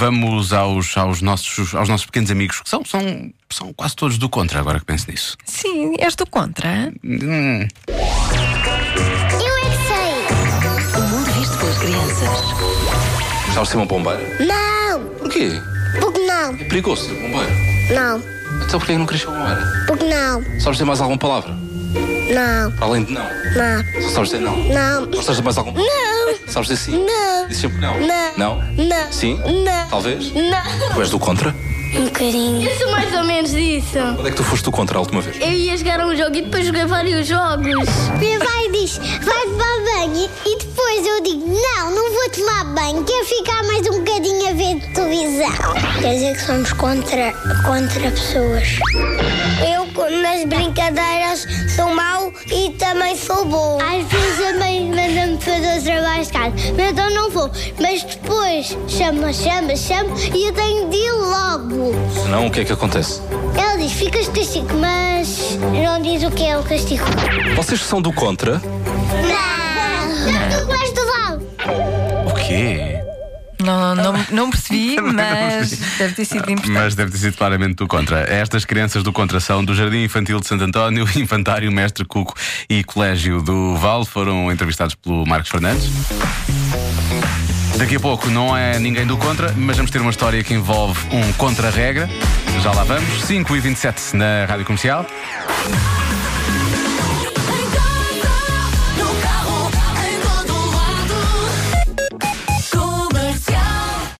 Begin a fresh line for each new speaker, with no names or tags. Vamos aos, aos, nossos, aos nossos pequenos amigos, que são, são, são quase todos do contra, agora que penso nisso.
Sim, és do contra.
Hum,
Eu é que sei!
O mundo visto pelas crianças.
Sabes ser um bombeiro?
Não!
Porquê?
Porque não?
É perigoso ser bombeiro.
Não!
Então porquê que não queres ser bombeiro?
Porque não?
Sabes ter mais alguma palavra?
Não!
Para além de não.
Não!
Só sabes ter não.
Não!
Não sabes ter mais alguma
Não!
Sabes ter sim?
Não!
Dizes sempre não.
Não.
Não?
Não!
Sim?
Não!
Talvez?
Não!
Tu és do contra?
Um bocadinho!
Eu sou mais ou menos disso.
Quando é que tu foste do contra a última vez?
Eu ia jogar um jogo e depois joguei vários jogos.
Ele vai e diz: vai tomar banho. E depois eu digo: não, não vou tomar banho, quero ficar mais um bocadinho a ver televisão. Quer dizer que somos contra, contra pessoas. Eu, nas brincadeiras, sou mau e também sou bom. Às vezes a mãe manda-me fazer os trabalhos de casa, mas eu não vou. Mas depois chama, chama, chama e eu tenho de ir logo.
Se não, o que é que acontece?
Ela diz: ficas de castigo, mas não diz o que é o castigo.
Vocês que são do contra,
Não, tu gostas do Val.
o quê?
Não, não, não percebi,
Também não
mas
percebi. Ah,
deve ter sido importante.
Mas deve ter sido claramente do contra. Estas crianças do contra são do Jardim Infantil de Santo António, Infantário Mestre Cuco e Colégio do Val foram entrevistados pelo Marcos Fernandes. Daqui a pouco não é ninguém do contra, mas vamos ter uma história que envolve um contra-regra. Já lá vamos. 5 e 27 na Rádio Comercial.